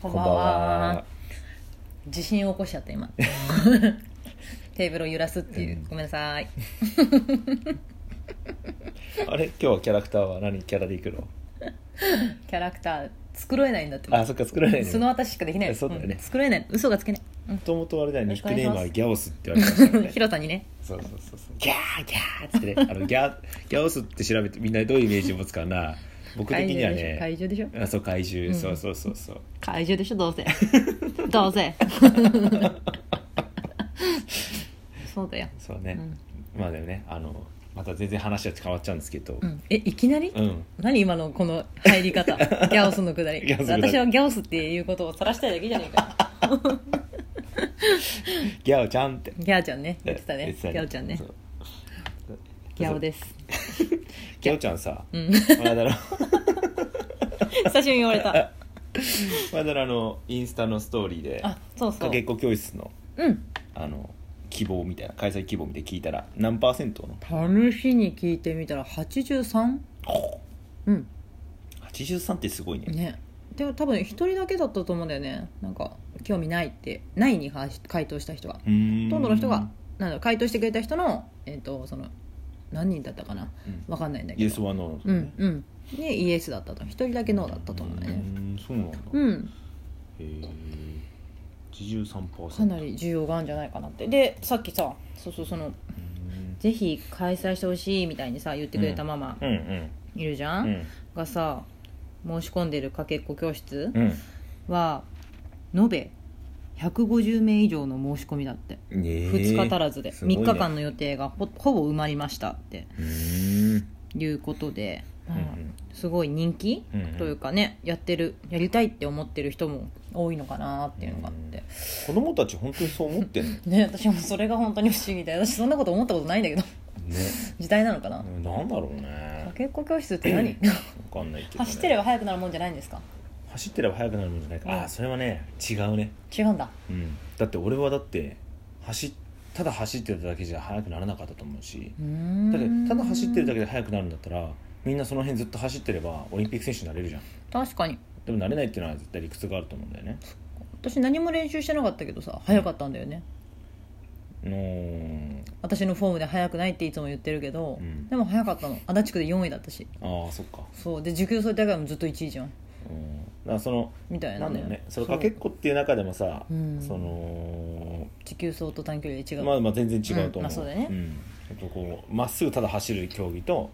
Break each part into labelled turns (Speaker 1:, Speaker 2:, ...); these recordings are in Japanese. Speaker 1: こんばんは。地震を起こしちゃ った今テーブルを揺らすっていう、
Speaker 2: うん
Speaker 1: ごめんなさい
Speaker 2: あれ今日はキャラクターは何キャラでいくの
Speaker 1: キャラクター作れないんだって
Speaker 2: あそっか作らない
Speaker 1: そ
Speaker 2: ね
Speaker 1: の私しかできない
Speaker 2: そうだよね
Speaker 1: ん作れない嘘がつけない、
Speaker 2: もともとあれだよ
Speaker 1: よ
Speaker 2: ニ
Speaker 1: ろし
Speaker 2: ッ
Speaker 1: くお
Speaker 2: ク
Speaker 1: 願い
Speaker 2: ネ
Speaker 1: しま
Speaker 2: ーム
Speaker 1: す
Speaker 2: はギャオスって言われてました よね
Speaker 1: ヒロさんにね
Speaker 2: そうそうそうそうギャーギャーっつってねあのギャーギャオスって調べてみんなどういうイメージを持つかな僕的にはね
Speaker 1: 怪獣でしょ
Speaker 2: あそう怪獣、
Speaker 1: うん
Speaker 2: そうそうそうそう
Speaker 1: 怪獣でしょど うせどうせそうだよ、
Speaker 2: そう
Speaker 1: う
Speaker 2: ね、
Speaker 1: ん
Speaker 2: まあでもねあのまた全然話は変わっちゃうんですけど
Speaker 1: うんえいきなり、
Speaker 2: うん、
Speaker 1: 何今のこの入り 方ギャオスのくだり
Speaker 2: ギャオスのくだり
Speaker 1: 私はギャオスっていうことを晒したいだけじゃねえか
Speaker 2: ギャオちゃんって
Speaker 1: ギャオちゃんね言ってたね
Speaker 2: 言って
Speaker 1: ギャオちゃんね
Speaker 2: そう
Speaker 1: ギャオです
Speaker 2: ギャオちゃんさ
Speaker 1: うん
Speaker 2: この間の
Speaker 1: 久しぶりに言われた
Speaker 2: この間のあのインスタのストーリーで
Speaker 1: あそうそ
Speaker 2: か
Speaker 1: う
Speaker 2: けっこ教室の
Speaker 1: うん
Speaker 2: あの希望みたいな開催希望みたいな聞いたら何パーセント
Speaker 1: 試
Speaker 2: の
Speaker 1: しに聞いてみたら 83? うん
Speaker 2: 83ってすごいね
Speaker 1: ねでも多分一人だけだったと思うんだよねなんか興味ないってないには回答した人が
Speaker 2: うーん
Speaker 1: ほとんどの人がなんだろう回答してくれた人のえっ、とその何人だったかな
Speaker 2: うん
Speaker 1: わかんないんだ
Speaker 2: イ
Speaker 1: け
Speaker 2: エ
Speaker 1: ど
Speaker 2: スはノー
Speaker 1: う
Speaker 2: の
Speaker 1: んうんでイエスだったと一人だけノーだったと思うんだよね
Speaker 2: ねそうなんだ
Speaker 1: うん
Speaker 2: へえ83%
Speaker 1: かなり需要があるんじゃないかなってでさっきさそうそうその
Speaker 2: うーん
Speaker 1: ぜひ開催してほしいみたいにさ言ってくれたママ
Speaker 2: うん
Speaker 1: いるじゃ、
Speaker 2: うんん
Speaker 1: がさ申し込んでるかけっこ教室
Speaker 2: うん
Speaker 1: は延べ150名以上の申し込みだって、
Speaker 2: 2
Speaker 1: 2日足らずで、
Speaker 2: すごい
Speaker 1: 3
Speaker 2: ね
Speaker 1: 日間の予定がほほぼ埋まりましたって
Speaker 2: うーん
Speaker 1: いうことで、まあ
Speaker 2: うんうん
Speaker 1: すごい人気、
Speaker 2: うんうん
Speaker 1: というかねやってるやりたいって思ってる人も多いのかなっていうのがあって、
Speaker 2: 子供たち本当にそう思ってんのね
Speaker 1: ね私もそれが本当に不思議で私そんなこと思ったことないんだけど時代なのかな、
Speaker 2: なんだろうね
Speaker 1: 結構教室って 何
Speaker 2: わかんないけどね
Speaker 1: 走ってれば速くなるもんじゃないんですか
Speaker 2: 走ってれば速くなるもんじゃないからああそれはね違うね
Speaker 1: 違うんだ
Speaker 2: うんだって俺はだって走っただ走ってただけじゃ速くならなかったと思うしだってただ走ってるだ
Speaker 1: け
Speaker 2: けで速くなるんだったらみんなその辺ずっと走ってればオリンピック選手になれるじゃん
Speaker 1: 確かに
Speaker 2: でもなれないっていうのは絶対理屈があると思うんだよね
Speaker 1: 私何も練習してなかったけどさ速かったんだよね、
Speaker 2: うーん
Speaker 1: 私のフォームで速くないっていつも言ってるけど、
Speaker 2: うん
Speaker 1: でも速かったの足立区で4位だったし
Speaker 2: ああそっか
Speaker 1: そうで受給されたからもずっと1位じゃん
Speaker 2: うんだからその
Speaker 1: みたいな
Speaker 2: なんだよねそれ
Speaker 1: か
Speaker 2: かけっこっていう中でもさ
Speaker 1: うん
Speaker 2: その
Speaker 1: 持久走と短距離で違う、
Speaker 2: まあまあ全然違う
Speaker 1: う
Speaker 2: と思う、
Speaker 1: んまあそうだよね
Speaker 2: んあとこうまっすぐただ走る競技と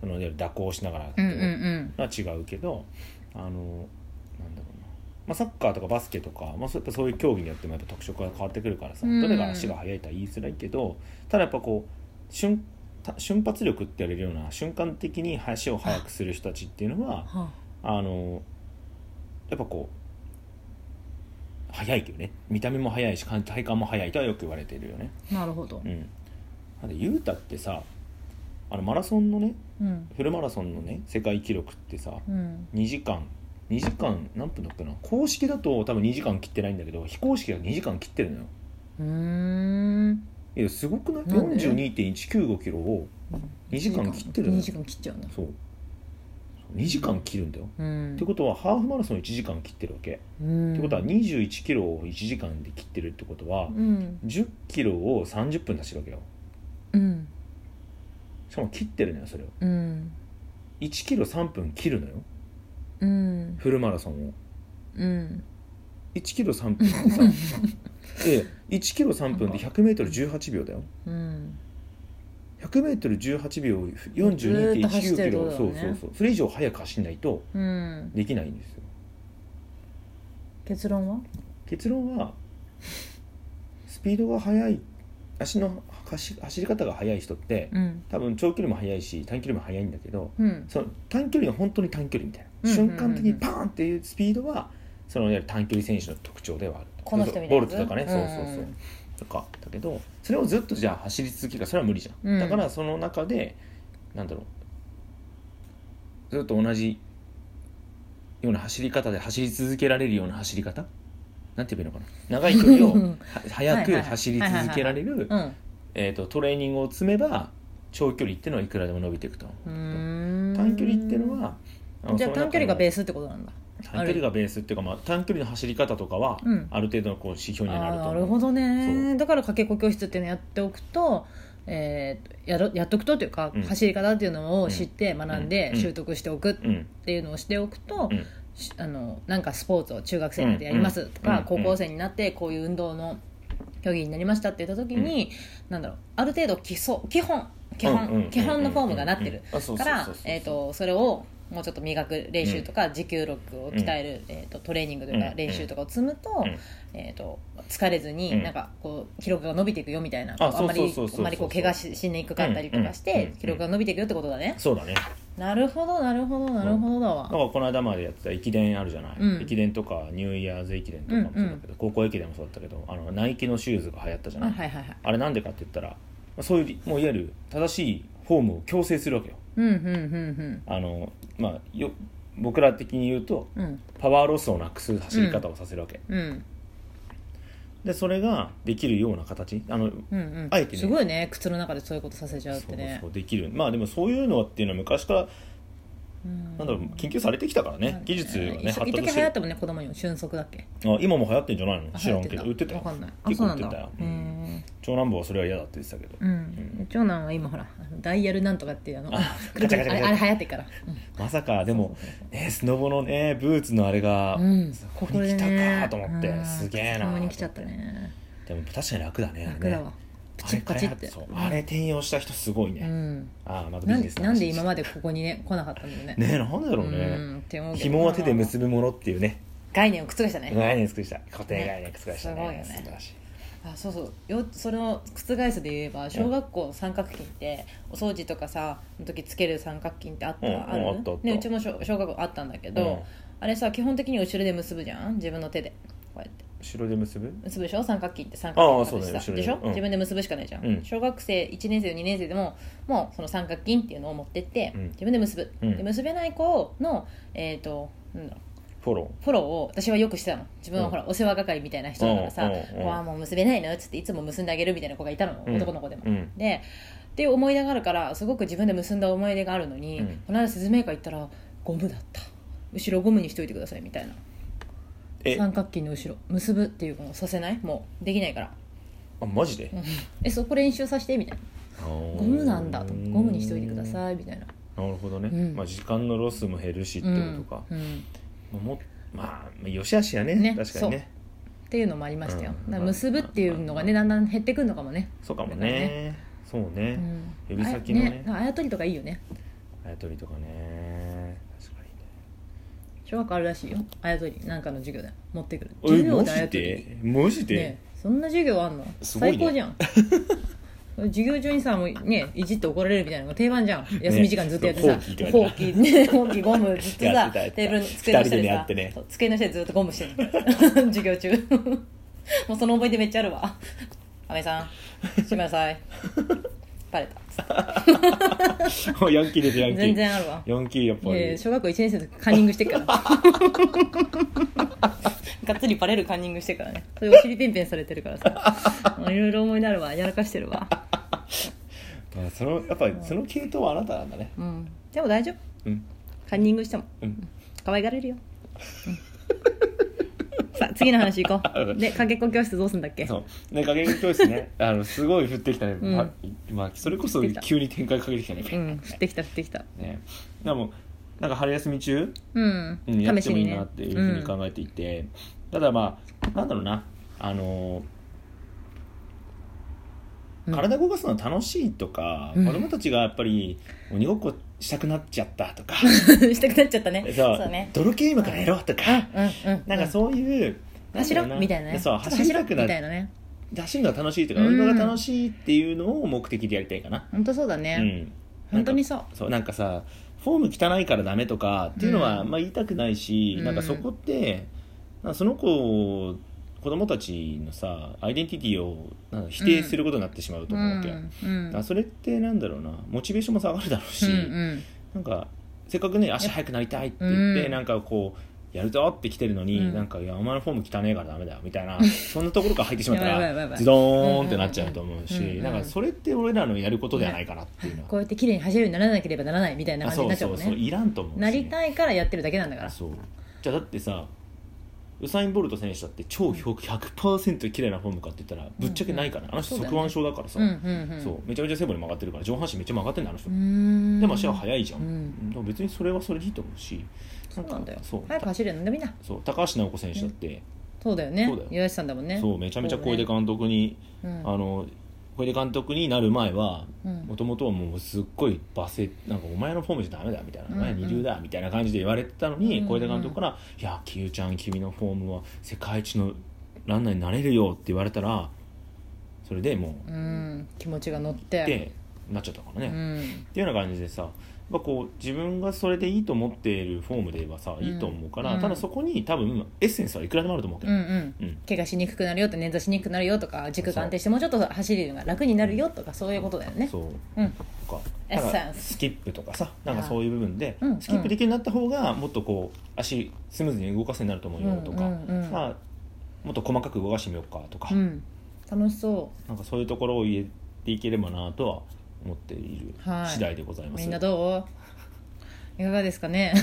Speaker 2: そのいわゆる蛇行しながらって
Speaker 1: うんうん
Speaker 2: いうう、
Speaker 1: ん
Speaker 2: は違うけどあのなんだろうな、まあ、サッカーとかバスケとか、まあ、そうやっぱそういう競技によってもやっぱ特色が変わってくるからさ
Speaker 1: うん
Speaker 2: どれが足が速いとは言いづらいけどただやっぱこう瞬た瞬発力って言われるような瞬間的に足を速くする人たちっていうのは
Speaker 1: は
Speaker 2: あのやっぱこう速いけどね見た目も速いし体感も速いとはよく言われているよね。
Speaker 1: あなるほど
Speaker 2: う、ん、なんで雄太ってさあのマラソンのね
Speaker 1: うん
Speaker 2: フルマラソンのね世界記録ってさ、
Speaker 1: うん、
Speaker 2: 2時間2時間何分だっけな公式だと多分2時間切ってないんだけど非公式が2時間切ってるのよ
Speaker 1: うーん
Speaker 2: いやすごくない
Speaker 1: なんで
Speaker 2: 42.195キロを2時間切ってるの
Speaker 1: 2
Speaker 2: よ
Speaker 1: 時間切っちゃうんだ
Speaker 2: そう2時間切るんだよ、
Speaker 1: うん
Speaker 2: ってことはハーフマラソン1時間切ってるわけ、
Speaker 1: うん
Speaker 2: ってことは21キロを1時間で切ってるってことは
Speaker 1: うん
Speaker 2: 10キロを30分走るわけよ
Speaker 1: うん
Speaker 2: しかも切ってるのよそれを
Speaker 1: うん
Speaker 2: 1キロ3分切るのよ
Speaker 1: うん
Speaker 2: フルマラソンを
Speaker 1: うん
Speaker 2: 1キロ3分ってさ ええ1キロ3分で 100m18 秒だよ
Speaker 1: うん、
Speaker 2: 100m18 秒
Speaker 1: ずーっと走っ
Speaker 2: 42.19
Speaker 1: てるっ
Speaker 2: キ
Speaker 1: てこ
Speaker 2: ロ、
Speaker 1: とだ
Speaker 2: そ
Speaker 1: よ
Speaker 2: う
Speaker 1: ね
Speaker 2: そうそうそれ以上速く走んないと
Speaker 1: うん、
Speaker 2: できないんですよ
Speaker 1: 結論は
Speaker 2: 結論はスピードが速い足の走走り方が速い人って
Speaker 1: うん
Speaker 2: 多分長距離も速いし短距離も速いんだけど
Speaker 1: うん
Speaker 2: その短距離が本当に短距離みたいな、
Speaker 1: うんうんうんうん
Speaker 2: 瞬間的にパーンっていうスピードはそのいわゆる短距離選手の特徴ではある
Speaker 1: この人みたいな
Speaker 2: ボル
Speaker 1: やつ
Speaker 2: トとかね、
Speaker 1: うん
Speaker 2: そうそうそうとかだけどそれをずっとじゃあ走り続けるかそれは無理じゃん、
Speaker 1: うん
Speaker 2: だからその中でなんだろうずっと同じような走り方で走り続けられるような走り方なんて言えばいいのかな長い距離をは
Speaker 1: は
Speaker 2: 速
Speaker 1: いは
Speaker 2: く
Speaker 1: い
Speaker 2: 走り続けられる
Speaker 1: うんう
Speaker 2: えーとトレーニングを積めば長距離っていうのはいくらでも伸びていくと思う
Speaker 1: ーん
Speaker 2: 短距離っていうのはあの
Speaker 1: じゃあ
Speaker 2: その中
Speaker 1: 短距離がベースってことなんだ
Speaker 2: 短距離がベースっていうか、まあ、短距離の走り方とかは、
Speaker 1: うん
Speaker 2: ある程度のこう指標にはなる
Speaker 1: あー
Speaker 2: と思
Speaker 1: な
Speaker 2: う
Speaker 1: るほど
Speaker 2: そ
Speaker 1: ねだからかけ子教室っていうのをやっておくと,、えーやろやっとくとというか、
Speaker 2: うん
Speaker 1: 走り方っていうのを知って学んで
Speaker 2: うん
Speaker 1: 習得しておくっ
Speaker 2: うん
Speaker 1: ていうのをしておくと、
Speaker 2: うん
Speaker 1: しあのなんかスポーツを中学生になってやりますと
Speaker 2: う
Speaker 1: か
Speaker 2: ん、
Speaker 1: 高校生になってこういう運動の競技になりましたって言った時に、なんだろうある程度基礎基本基本、
Speaker 2: うんうん
Speaker 1: 基本のフォームがなってる、
Speaker 2: うんあそうそうそうそう
Speaker 1: からえー、とそれをもうちょっと磨く練習とか持久力を鍛える、えー、とトレーニングという
Speaker 2: う
Speaker 1: か
Speaker 2: ん
Speaker 1: 練習とかを積むと,、
Speaker 2: うん
Speaker 1: えー、と疲れず
Speaker 2: うん
Speaker 1: になんかこう記録が伸びていくよみたいな
Speaker 2: あ
Speaker 1: こうあんま
Speaker 2: そう
Speaker 1: り
Speaker 2: そうそうそう
Speaker 1: あんまりこう怪我ししにくかったりとかし
Speaker 2: うんうん
Speaker 1: て
Speaker 2: うん
Speaker 1: 記録が伸びていくよってことだね
Speaker 2: そうだね
Speaker 1: なるほどなるほどなるほどだ
Speaker 2: だ
Speaker 1: わ
Speaker 2: からこの間までやってた駅伝あるじゃない、
Speaker 1: うん
Speaker 2: 駅伝とかニューイヤーズ駅伝とかもそうだけど、高校駅伝もそうだったけどあのナイキのシューズが流行ったじゃ
Speaker 1: あ
Speaker 2: な、
Speaker 1: はいいはいはい
Speaker 2: あれなんでかって言ったらまあそういうもういわゆる正しいフォームを強制するわけよ
Speaker 1: うんうんうん
Speaker 2: あの、まあ、よ僕ら的に言うと
Speaker 1: うんうん
Speaker 2: パワーロスをなくす走り方をさせるわけ、
Speaker 1: うん
Speaker 2: でそれができるような形あの
Speaker 1: うん
Speaker 2: あ
Speaker 1: う
Speaker 2: え
Speaker 1: ん
Speaker 2: てね
Speaker 1: すごいね靴の中でそういうことさせちゃうっ
Speaker 2: そ
Speaker 1: て
Speaker 2: う
Speaker 1: ね
Speaker 2: そうできるまあでもそういうのはっていうのは昔から
Speaker 1: うん
Speaker 2: なんだろう研究されてきたからね、技術がね
Speaker 1: 一
Speaker 2: 発
Speaker 1: 時
Speaker 2: 達し
Speaker 1: 流
Speaker 2: て
Speaker 1: 行っ
Speaker 2: る
Speaker 1: たもんね子供にも瞬足だっけ
Speaker 2: あ今も流行ってんじゃないの
Speaker 1: あ
Speaker 2: 知らんけど売ってたよ
Speaker 1: わかんないあ
Speaker 2: 結
Speaker 1: そう
Speaker 2: 構売
Speaker 1: な
Speaker 2: っ
Speaker 1: んだ
Speaker 2: てたよ、
Speaker 1: へ
Speaker 2: うん
Speaker 1: ー
Speaker 2: 長男坊はそれは嫌だって言ってたけど、
Speaker 1: うん、長男は今ほらあのダイヤルなんとかっていうあの
Speaker 2: あ
Speaker 1: くるくる
Speaker 2: ガチャガチャガチャ
Speaker 1: あれあれ流行ってっから、うん
Speaker 2: まさかでも、ね、スノボのねブーツのあれが、
Speaker 1: うん
Speaker 2: ここに来たかと思って、
Speaker 1: うん
Speaker 2: すげえ
Speaker 1: こ
Speaker 2: な
Speaker 1: こに来ちゃったね
Speaker 2: でも確かに楽だね
Speaker 1: 楽だ
Speaker 2: あれね
Speaker 1: わプ
Speaker 2: あ
Speaker 1: チ
Speaker 2: れ
Speaker 1: ッパチって
Speaker 2: そうあれ転用した人すごいね、
Speaker 1: うん
Speaker 2: ああまたビ
Speaker 1: な
Speaker 2: ジ
Speaker 1: ん
Speaker 2: ネスの話
Speaker 1: なんで今までここにね来なかったんだろうね
Speaker 2: ねえなんだろう
Speaker 1: う
Speaker 2: ね
Speaker 1: んって思うけど
Speaker 2: 紐は手で結ぶものっていうね
Speaker 1: 概念を覆したね、
Speaker 2: 概念作りした固定概念作りした
Speaker 1: ねすごいよね
Speaker 2: 素晴らしい
Speaker 1: あそうそうよそれを覆すで言えば小学校の三角巾って、お掃除とかさの時つける三角巾ってあった、
Speaker 2: うん
Speaker 1: ある、
Speaker 2: うんあったあった
Speaker 1: ね、うちも小小学校あったんだけど、
Speaker 2: うん
Speaker 1: あれさ基本的に後ろで結ぶじゃん自分の手でこうやって
Speaker 2: 後ろで結ぶ
Speaker 1: 結ぶでしょ三角巾って三角
Speaker 2: ああそう
Speaker 1: 巾の
Speaker 2: だね
Speaker 1: 形
Speaker 2: 後ろで
Speaker 1: でしょ、
Speaker 2: うん
Speaker 1: 自分で結ぶしかないじゃん、
Speaker 2: うん
Speaker 1: 小学生1年生2年生でももうその三角巾っていうのを持ってって、
Speaker 2: うん
Speaker 1: 自分で結ぶ、
Speaker 2: うん
Speaker 1: で結べない子のえっ、となんだろう
Speaker 2: フォロ
Speaker 1: フォローを私はよくしてたの自分はほら、お世話係みたいな人だからさ「
Speaker 2: う
Speaker 1: うん
Speaker 2: うんうん
Speaker 1: わあもう結べないの?」っつっていつも結んであげるみたいな子がいたの、
Speaker 2: うん
Speaker 1: 男の子でも、
Speaker 2: ーうん
Speaker 1: でって思い出があるからすごく自分で結んだ思い出があるのに、
Speaker 2: うん
Speaker 1: この間説明会行ったら「ゴムだった後ろゴムにしといてください」みたいな
Speaker 2: え
Speaker 1: 三角巾の後ろ結ぶっていうのをさせないもうできない から
Speaker 2: あマジで
Speaker 1: うんえそこ練習させてみたいな
Speaker 2: ゴ
Speaker 1: ゴムなんだと思ってゴムにしといてくださいみたいな
Speaker 2: なるほどね、
Speaker 1: うん
Speaker 2: まあ、時間のロスも減るしってことか、
Speaker 1: うんうん
Speaker 2: まあもまあよしあしやね
Speaker 1: ね
Speaker 2: 確かにね
Speaker 1: っていうのもありましたよ、
Speaker 2: うん
Speaker 1: だから結ぶっていうのがねだんだん減ってくるのかもね
Speaker 2: そうかも
Speaker 1: だから
Speaker 2: ねそうね、
Speaker 1: うん
Speaker 2: 指先のね
Speaker 1: あやあやとりとかいいよね
Speaker 2: あやとりとかね確かにね
Speaker 1: 小学校あるらしいよあやとりなんかの授業で持ってくる
Speaker 2: え
Speaker 1: 授業
Speaker 2: マ
Speaker 1: であや
Speaker 2: ジ
Speaker 1: とり
Speaker 2: でマジで、
Speaker 1: ねそんな授業あんの、
Speaker 2: すごいね
Speaker 1: 最高じゃん 授業中にさもうねいじって怒られるみたいなのが定番じゃん休み時間ずっとやってさ、
Speaker 2: 放棄とかね
Speaker 1: 放棄ね放棄ゴムずっと
Speaker 2: やっ
Speaker 1: さ
Speaker 2: てたやってた
Speaker 1: テーブル机の下
Speaker 2: 二人で
Speaker 1: で
Speaker 2: ねや
Speaker 1: さ
Speaker 2: ってね
Speaker 1: そう机の下でずっとゴムしてる 授業中もうその思い出めっちゃあるわ「阿部さん してください」バレた
Speaker 2: ヤンキー出てヤンキー
Speaker 1: 全然あるわ
Speaker 2: ヤンキーやっぱ
Speaker 1: い
Speaker 2: り
Speaker 1: やいや小学校1年生の時カンニングしてっから がっつりバレるカンニングしてっからねそれお尻ペンペンされてるから さもういろいろ思いになるわやらかしてるわ
Speaker 2: まあそのやっぱりその系統はあなたなんだね
Speaker 1: うんでも大丈夫
Speaker 2: うん
Speaker 1: カンニングしても
Speaker 2: うん
Speaker 1: 可愛がれるよ、うんさあ次の話行こ うでかけっこ教室どうすんだっけ
Speaker 2: そうね影教室 ねあのすごい降ってきたね、
Speaker 1: うん
Speaker 2: ままあそれこそ
Speaker 1: 降ってきた
Speaker 2: 急に展開かけてきたね,、
Speaker 1: うん降ってきた降ってきた
Speaker 2: ねでもなんか春休み中、
Speaker 1: うん、
Speaker 2: うん、やっ
Speaker 1: 試
Speaker 2: て
Speaker 1: し
Speaker 2: もい
Speaker 1: に
Speaker 2: い
Speaker 1: ね
Speaker 2: なっていうふうに考えていて、ただまあなんだろうなあの
Speaker 1: うん
Speaker 2: 体動かすの楽しいとか、
Speaker 1: うん
Speaker 2: 子供たちがやっぱり鬼ごっこしたくなっちゃったとか
Speaker 1: うん したくなっちゃったね
Speaker 2: そう
Speaker 1: ね
Speaker 2: 泥系今からやろうとか、
Speaker 1: うんうん
Speaker 2: なんかそういう、
Speaker 1: うん走ろうみたいなね
Speaker 2: そう
Speaker 1: ちょっと
Speaker 2: 走りたくな
Speaker 1: みた
Speaker 2: る
Speaker 1: いなね
Speaker 2: 走るのが楽しいとか、
Speaker 1: うん
Speaker 2: 運動が楽しいっていうのを目的でやりたいかな、
Speaker 1: 本当そうだ
Speaker 2: う
Speaker 1: ね、
Speaker 2: ん、
Speaker 1: 本当にそう
Speaker 2: そうなんかさフォーム汚いからダメとかっていうのは、
Speaker 1: うん
Speaker 2: まあ言いたくないし、
Speaker 1: うん
Speaker 2: なんかそこってなんかその子子供たちのさアイデンティティをなんか否定することになってしまうと思うわけ、
Speaker 1: うんうん
Speaker 2: あそれってなんだろうなモチベーションも下がるだろうし、
Speaker 1: うんうん
Speaker 2: なんかせっかくね足速くなりたいって言って、
Speaker 1: うん
Speaker 2: なんかこうやるぞって来てるのに、
Speaker 1: うん
Speaker 2: なんかいやお前のフォーム汚えからダメだよみたいなそんなところから入ってしまった
Speaker 1: やばいやばいや
Speaker 2: ら
Speaker 1: ばい
Speaker 2: ズドーンってなっちゃうと思うし、
Speaker 1: うんうんうん
Speaker 2: なんかそれって俺らのやることではないかなっていうのは、
Speaker 1: こうやって綺麗に走れるようにならなければならないみたいな
Speaker 2: あ
Speaker 1: 感じに
Speaker 2: そう
Speaker 1: なっちゃう
Speaker 2: そ
Speaker 1: も
Speaker 2: うんそう
Speaker 1: ね
Speaker 2: いらんと思うし
Speaker 1: なりたいからやってるだけなんだから
Speaker 2: そうじゃあだってさウサイン・ボルト選手だって超標100%綺麗なフォームかって言ったらぶっちゃけないから、あの人
Speaker 1: そうだ
Speaker 2: 側
Speaker 1: ね
Speaker 2: 腕症だからさ、
Speaker 1: うんうんうん
Speaker 2: そうめちゃめちゃ背骨曲がってるから上半身めっちゃ曲がってんだあの人、
Speaker 1: うーん
Speaker 2: でも足は速いじゃん、
Speaker 1: うん
Speaker 2: でも別にそれはそれでいいと思うし
Speaker 1: そうなんだよ
Speaker 2: そう
Speaker 1: 早く走るよなんでみんな
Speaker 2: そう高橋尚子選手だって、
Speaker 1: そうだよね
Speaker 2: そうだよ
Speaker 1: 岩橋さんだもんね
Speaker 2: そうめちゃめちゃ小出監督に、
Speaker 1: うん
Speaker 2: あの小出監督になる前は
Speaker 1: うん
Speaker 2: もともとはもうすっごい罵声なんかお前のフォームじゃダメだみたいな、お前
Speaker 1: うんうん
Speaker 2: 二流だみたいな感じで言われてたのに、
Speaker 1: うんうん
Speaker 2: 小出監督から「いやキユちゃん君のフォームは世界一のランナーになれるよ」って言われたらそれでもう
Speaker 1: うん気持ちが乗っ
Speaker 2: っててなっちゃったからね、
Speaker 1: う
Speaker 2: っ
Speaker 1: ん
Speaker 2: ていうような感じでさやっぱこう自分がそれでいいと思っているフォームで言えばさ、いいと思うから、
Speaker 1: うん
Speaker 2: ただそこに多分エッセンスはいくらでもあると思うけ
Speaker 1: うん
Speaker 2: ど、
Speaker 1: うん
Speaker 2: うん
Speaker 1: 怪我しにくくなるよと捻挫しにくくなるよとか軸が安定してもうちょっと走るのが楽になるよとかそういうことだよね
Speaker 2: そう
Speaker 1: うん
Speaker 2: とか
Speaker 1: エッセンス
Speaker 2: なんかスキップとかさなんか
Speaker 1: あー
Speaker 2: そういう部分で
Speaker 1: うん
Speaker 2: スキップできるようになった方がもっとこう足スムーズに動かせるようになると思うよとか、
Speaker 1: うんうんうん
Speaker 2: まあ、もっと細かく動かしてみようかとか、
Speaker 1: うん楽しそ
Speaker 2: なんかそういうところを入れていければなとは思っている
Speaker 1: はい
Speaker 2: 次第でございうます、
Speaker 1: みんなどういかがですか ね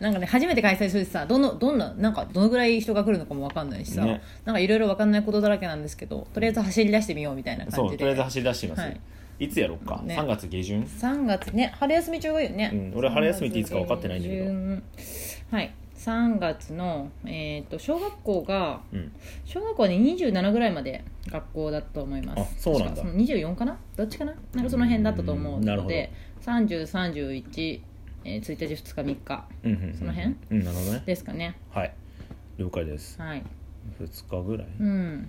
Speaker 1: なんかね初めて開催するしさどのどんななんかどのぐらい人が来るのかも分かんないしさ、
Speaker 2: ね
Speaker 1: なんかいろいろ分かんないことだらけなんですけどとりあえず走り出してみようみたいな
Speaker 2: そ
Speaker 1: 感
Speaker 2: う
Speaker 1: じ
Speaker 2: とりあえず
Speaker 1: で
Speaker 2: 走り出してます、
Speaker 1: はい
Speaker 2: い、つやろうか、
Speaker 1: ね
Speaker 2: 3月下旬
Speaker 1: 3月ね春休み中がいいよね、
Speaker 2: うん俺春休みっていつか分かってないんだけど
Speaker 1: どはい3月の、えー、と小学校が
Speaker 2: うん
Speaker 1: 小学校はね27ぐらいまで学校だと思います
Speaker 2: あそうなんだ
Speaker 1: 確か24かなどっちかななんかその辺だったと思う
Speaker 2: うんなる
Speaker 1: の
Speaker 2: ほど
Speaker 1: で3031、えー、1日2日3日
Speaker 2: うんうんうん
Speaker 1: その辺
Speaker 2: うんなるほどね
Speaker 1: ですかね
Speaker 2: はい了解です
Speaker 1: はい
Speaker 2: 2日ぐらい、
Speaker 1: うん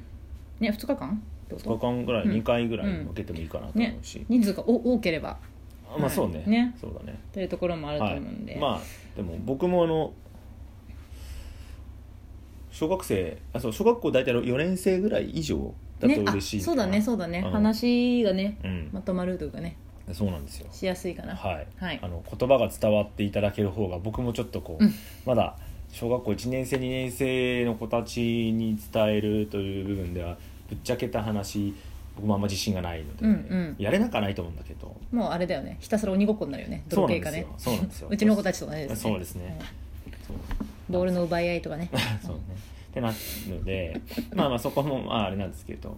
Speaker 1: ね2日間ってこ
Speaker 2: 2日
Speaker 1: と
Speaker 2: 間ぐらい、
Speaker 1: うん
Speaker 2: 2回ぐらいに分けてもいいかなと思
Speaker 1: ね
Speaker 2: うし、
Speaker 1: 人数がお多ければ
Speaker 2: あまあそうね,、
Speaker 1: はいね
Speaker 2: そうだね
Speaker 1: というところもあると思うんで、
Speaker 2: はい、まあでも僕もあの小学生あそう小学校大体4年生ぐらい以上だと
Speaker 1: ね、
Speaker 2: 嬉しい
Speaker 1: あそうだねそうだね
Speaker 2: うん
Speaker 1: 話がね
Speaker 2: うん、
Speaker 1: まとまるというかね
Speaker 2: そうなんですよ
Speaker 1: しやすいかな
Speaker 2: はい、
Speaker 1: はい
Speaker 2: あの言葉が伝わっていただける方が僕もちょっとこう、
Speaker 1: うん
Speaker 2: まだ小学校1年生2年生の子たちに伝えるという部分ではぶっちゃけた話僕もあんま自信がないので、
Speaker 1: うんうん
Speaker 2: やれなかないと思うんだけど
Speaker 1: もうあれだよねひたすら鬼ごっこになるよね
Speaker 2: そう
Speaker 1: 泥
Speaker 2: なん
Speaker 1: 系
Speaker 2: で
Speaker 1: か
Speaker 2: すよ
Speaker 1: ね
Speaker 2: そうなんですよ
Speaker 1: うちの子たちと同じですね
Speaker 2: そうですね
Speaker 1: はい
Speaker 2: そう
Speaker 1: ボールの奪い合いとかね
Speaker 2: そうね。ってなるので、まあまあそこもまああれなんですけど、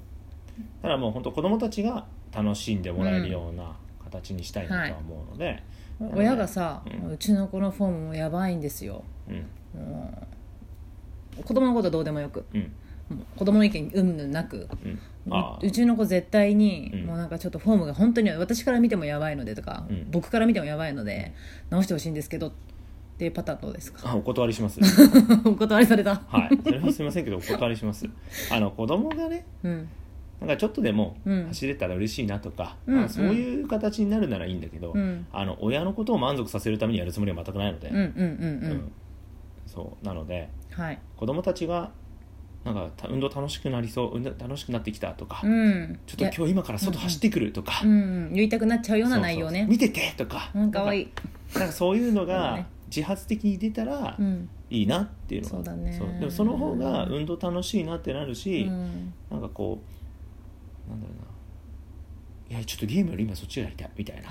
Speaker 2: ただもう本当子供たちが楽しんでもらえるような形にしたいなとは思うので、
Speaker 1: 親がさ、
Speaker 2: う
Speaker 1: うんちの子のフォームもやばいんですよ
Speaker 2: うん
Speaker 1: もう子供のことはどうでもよく
Speaker 2: うん
Speaker 1: もう子供の意見うんぬんなく
Speaker 2: うん、ああ
Speaker 1: ううちの子絶対に、
Speaker 2: うん
Speaker 1: もうなんかちょっとフォームが本当に私から見てもやばいのでとか、
Speaker 2: うん
Speaker 1: 僕から見てもやばいので直してほしいんですけどっていうパターンどうですか
Speaker 2: あお断りします。
Speaker 1: お断りされた
Speaker 2: はい、それはすみませんけどお断りします。あの子供がね。
Speaker 1: うん
Speaker 2: なんかちょっとでも
Speaker 1: うん
Speaker 2: 走れたら嬉しいなとか、
Speaker 1: うん
Speaker 2: あのそういう形になるならいいんだけど、
Speaker 1: うん
Speaker 2: あの親のことを満足させるためにやるつもりは全くないので、
Speaker 1: うんうんうんう
Speaker 2: うんんそうなので
Speaker 1: はい
Speaker 2: 子供たちがなんかた運動楽しくなりそう運動楽しくなってきたとか、
Speaker 1: うん
Speaker 2: ちょっと今日今から外走ってくるとか、
Speaker 1: うんうん言いたくなっちゃうような内容
Speaker 2: そうそうそう
Speaker 1: ね
Speaker 2: 見ててとか
Speaker 1: うんかわいい
Speaker 2: なんかなんかそういうの
Speaker 1: そうだ
Speaker 2: が
Speaker 1: ね
Speaker 2: 自発的に出たら
Speaker 1: うん
Speaker 2: いいなっていうのが
Speaker 1: そうだね
Speaker 2: でもその方が運動楽しいなってなる
Speaker 1: う
Speaker 2: し、
Speaker 1: ん
Speaker 2: なんかこうなんだろうないやちょっとゲームより今そっちがやりたいみたいな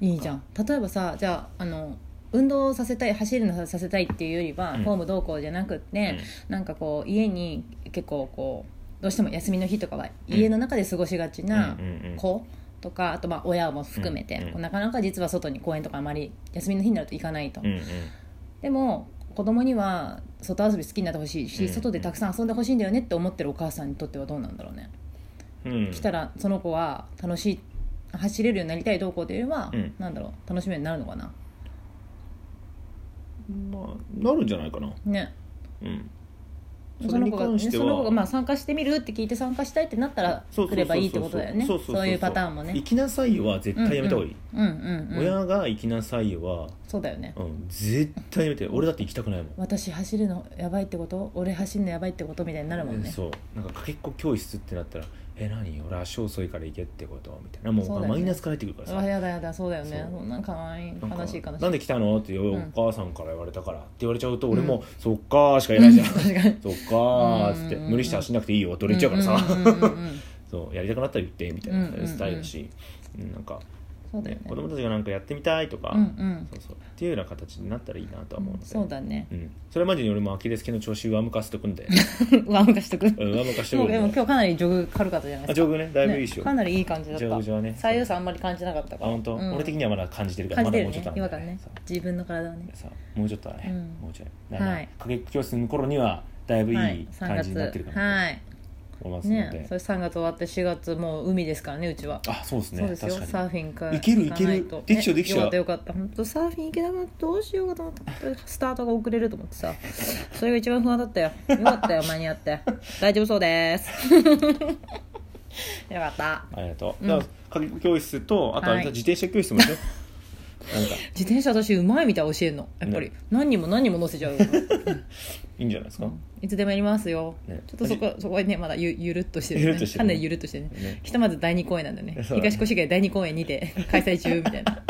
Speaker 2: い
Speaker 1: いじゃん例えばさじゃああの運動をさせたい走るのさせたいっていうよりは、
Speaker 2: うん
Speaker 1: フォームどうこうじゃなくって、なんかこう家に結構こうどうしても休みの日とかは
Speaker 2: うん
Speaker 1: 家の中で過ごしがちな
Speaker 2: うんうんうん
Speaker 1: 子とかあとまあ親も含めて、
Speaker 2: うんうん
Speaker 1: なかなか実は外に公園とかあまり休みの日になると行かないと、
Speaker 2: うんうん
Speaker 1: でも子供には外遊び好きになってほしいし、
Speaker 2: うん
Speaker 1: 外でたくさん遊んでほしいんだよねって思ってるお母さんにとってはどうなんだろうね、
Speaker 2: うん
Speaker 1: 来たらその子は楽しい走れるようになりたいどうこうというよりは、
Speaker 2: うん
Speaker 1: なんだろう楽しみになるのかな
Speaker 2: まあなるんじゃないかな
Speaker 1: ね
Speaker 2: うん
Speaker 1: その子が、ね、
Speaker 2: それに関して
Speaker 1: そ
Speaker 2: は
Speaker 1: の子がまあ参加してみるって聞いて参加したいってなったら
Speaker 2: そうそ
Speaker 1: 来
Speaker 2: うそうそう
Speaker 1: ればいいってことだよね
Speaker 2: そうそうそう
Speaker 1: そういうパターンもね
Speaker 2: 行きなさいよは絶対やめた方がいい、
Speaker 1: うんうんうん
Speaker 2: 親が行きなさいよは、
Speaker 1: そうだよね
Speaker 2: うん、絶対やめて俺だって行きたくないもん
Speaker 1: 私走るのやばいってこと俺走るのやばいってことみたいになるもんね
Speaker 2: そうなんかかけっこ教室ってなったら「え何俺足遅いから行けってこと?」みたいなも
Speaker 1: そう
Speaker 2: う
Speaker 1: だよね
Speaker 2: マイナスから入ってくるから
Speaker 1: あ
Speaker 2: さ、
Speaker 1: やだやだそうだよね
Speaker 2: そう
Speaker 1: そんなんかわいい
Speaker 2: なんか
Speaker 1: 悲しい悲しい
Speaker 2: なんで来たの?」ってお
Speaker 1: うん
Speaker 2: 母さんから言われたからって言われちゃうと俺
Speaker 1: う、
Speaker 2: も「そっかー」しか言えないじゃん
Speaker 1: 確かに
Speaker 2: そっかーっつって
Speaker 1: うんうんうん
Speaker 2: 無理して走んなくていいよって俺言っちゃうからさ、
Speaker 1: うんうんうんうんうん
Speaker 2: そうやりたくなったら言ってみたいな
Speaker 1: うんうんうん
Speaker 2: スタイルだし、うんなんか
Speaker 1: そうだよね
Speaker 2: 子供たちがなんかやってみたいとか、
Speaker 1: うんうん
Speaker 2: そうそうっていうような形になったらいいなとは思うので、
Speaker 1: そうだね
Speaker 2: うん、それまでに俺もアキレス腱の調子上向かせて くんで
Speaker 1: 上向かしとく
Speaker 2: うん上向かしてく
Speaker 1: も
Speaker 2: る
Speaker 1: う でも今日かなりジョグ軽かったじゃない
Speaker 2: あ
Speaker 1: ですか
Speaker 2: 上空ねだいぶいいっしょ、
Speaker 1: かなりいい感じだった
Speaker 2: ジョグジョはね
Speaker 1: 左右差あんまり感じなかった
Speaker 2: あ
Speaker 1: から
Speaker 2: 本当、
Speaker 1: うん
Speaker 2: 俺的にはまだ感じてるから
Speaker 1: 感じてる
Speaker 2: まだもうち
Speaker 1: ね
Speaker 2: ょっと
Speaker 1: 違
Speaker 2: な
Speaker 1: 和
Speaker 2: んだよ
Speaker 1: 感ね自分の体はね
Speaker 2: さもうちょっとだね、
Speaker 1: うん
Speaker 2: もうちょいだから、
Speaker 1: はい
Speaker 2: 過激教室の頃にはだいぶい
Speaker 1: はいい3
Speaker 2: 感じになってる
Speaker 1: 月
Speaker 2: かな
Speaker 1: はい
Speaker 2: と思いますので、
Speaker 1: ねそれ3月終わって4月もう海ですからねうちは
Speaker 2: あそうですね
Speaker 1: そうですよ
Speaker 2: 確
Speaker 1: サー
Speaker 2: かに
Speaker 1: フィンか
Speaker 2: いけるい
Speaker 1: 行か
Speaker 2: ける
Speaker 1: ないと
Speaker 2: できちゃうできちゃう
Speaker 1: ねよかったよかった本当サーフィン行けなくなってどうしようかと思ったスタートが遅れると思ってさ それが一番不安だったよよか ったよ間に合って大丈夫そうですよかった
Speaker 2: ありがとう、
Speaker 1: うん
Speaker 2: だから過激教室とあとあれ
Speaker 1: は
Speaker 2: だ
Speaker 1: い
Speaker 2: 自転車教室もねなんか
Speaker 1: 自転車私うまいみたい教えるのやっぱり、
Speaker 2: ね
Speaker 1: 何人も何人も乗せちゃうよ
Speaker 2: いいんじゃないですか、
Speaker 1: いつでもやりますよ、
Speaker 2: ね
Speaker 1: ちょっとそこそこはねまだゆゆるっとしてる,、ね、
Speaker 2: ゆるっとしてる
Speaker 1: かなりゆるっとしてるね
Speaker 2: ね
Speaker 1: ひとまず第2公演なんだね
Speaker 2: そうだね
Speaker 1: 東越谷第2公演にて開催中みたいな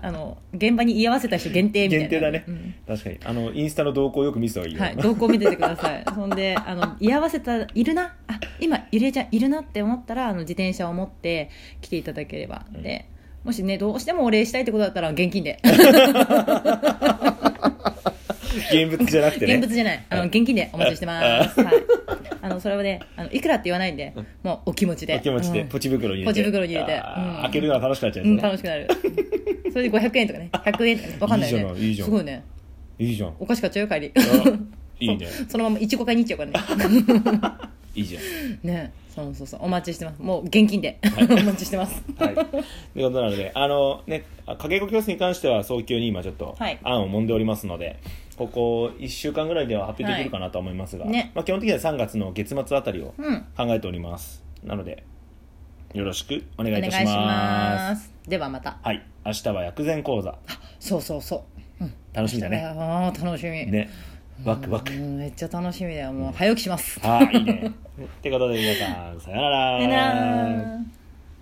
Speaker 1: あの現場に居合わせた人限定みたいな
Speaker 2: 限定だね、
Speaker 1: うん
Speaker 2: 確かにあのインスタの動向をよく見せた方がいいよ、
Speaker 1: はい、動向見ててください そんであの居合わせたいるなあ今ゆりえちゃんいるなって思ったらあの自転車を持って来ていただければ、
Speaker 2: うん
Speaker 1: でもしねどうしてもお礼したいってことだったら現金 で
Speaker 2: 現物じゃなくてね
Speaker 1: 現物じゃないあの
Speaker 2: はい
Speaker 1: 現金でお待ちして ます、はい、あのそれはねあのいくらって言わないんでもうお気持ちで
Speaker 2: お気持ちで
Speaker 1: うん
Speaker 2: ポチ袋に入れて
Speaker 1: ポチ袋に入れて
Speaker 2: あー
Speaker 1: うん
Speaker 2: 開けるのが楽しくなっちゃう
Speaker 1: う
Speaker 2: や
Speaker 1: ん、
Speaker 2: つね、
Speaker 1: 楽しくなるそれで500円とかね100円とかね分かんないよね
Speaker 2: いいじゃんいいじゃん
Speaker 1: すごいね
Speaker 2: いいじゃん
Speaker 1: お菓子買っちゃうよ帰り
Speaker 2: いいね
Speaker 1: そのままいちご買いに行っちゃうからね
Speaker 2: いいじゃん
Speaker 1: ねそうそうそうお待ちしてますもう現金で、 お待ちしてます
Speaker 2: はい、ということなので、あのね、あかけっこ教室に関しては早急に今ちょっと
Speaker 1: はい
Speaker 2: 案を揉んでおりますので、ここ1週間ぐらいでは発表できるかなと思いますが、
Speaker 1: はいね
Speaker 2: まあ、基本的には3月の月末あたりを
Speaker 1: うん
Speaker 2: 考えております。なので、よろしくお願
Speaker 1: お
Speaker 2: い
Speaker 1: 願
Speaker 2: いた
Speaker 1: い
Speaker 2: し
Speaker 1: し
Speaker 2: ま
Speaker 1: ま
Speaker 2: す。
Speaker 1: すではまた
Speaker 2: はい、明日は薬膳講座、
Speaker 1: そうそうそう
Speaker 2: 楽しみだね。
Speaker 1: あー楽しみ
Speaker 2: ね、ワクワク
Speaker 1: う。んめっちゃ楽しみだよもう早起きします
Speaker 2: はい、いいね。ってことで皆さん、さよなら
Speaker 1: さよなら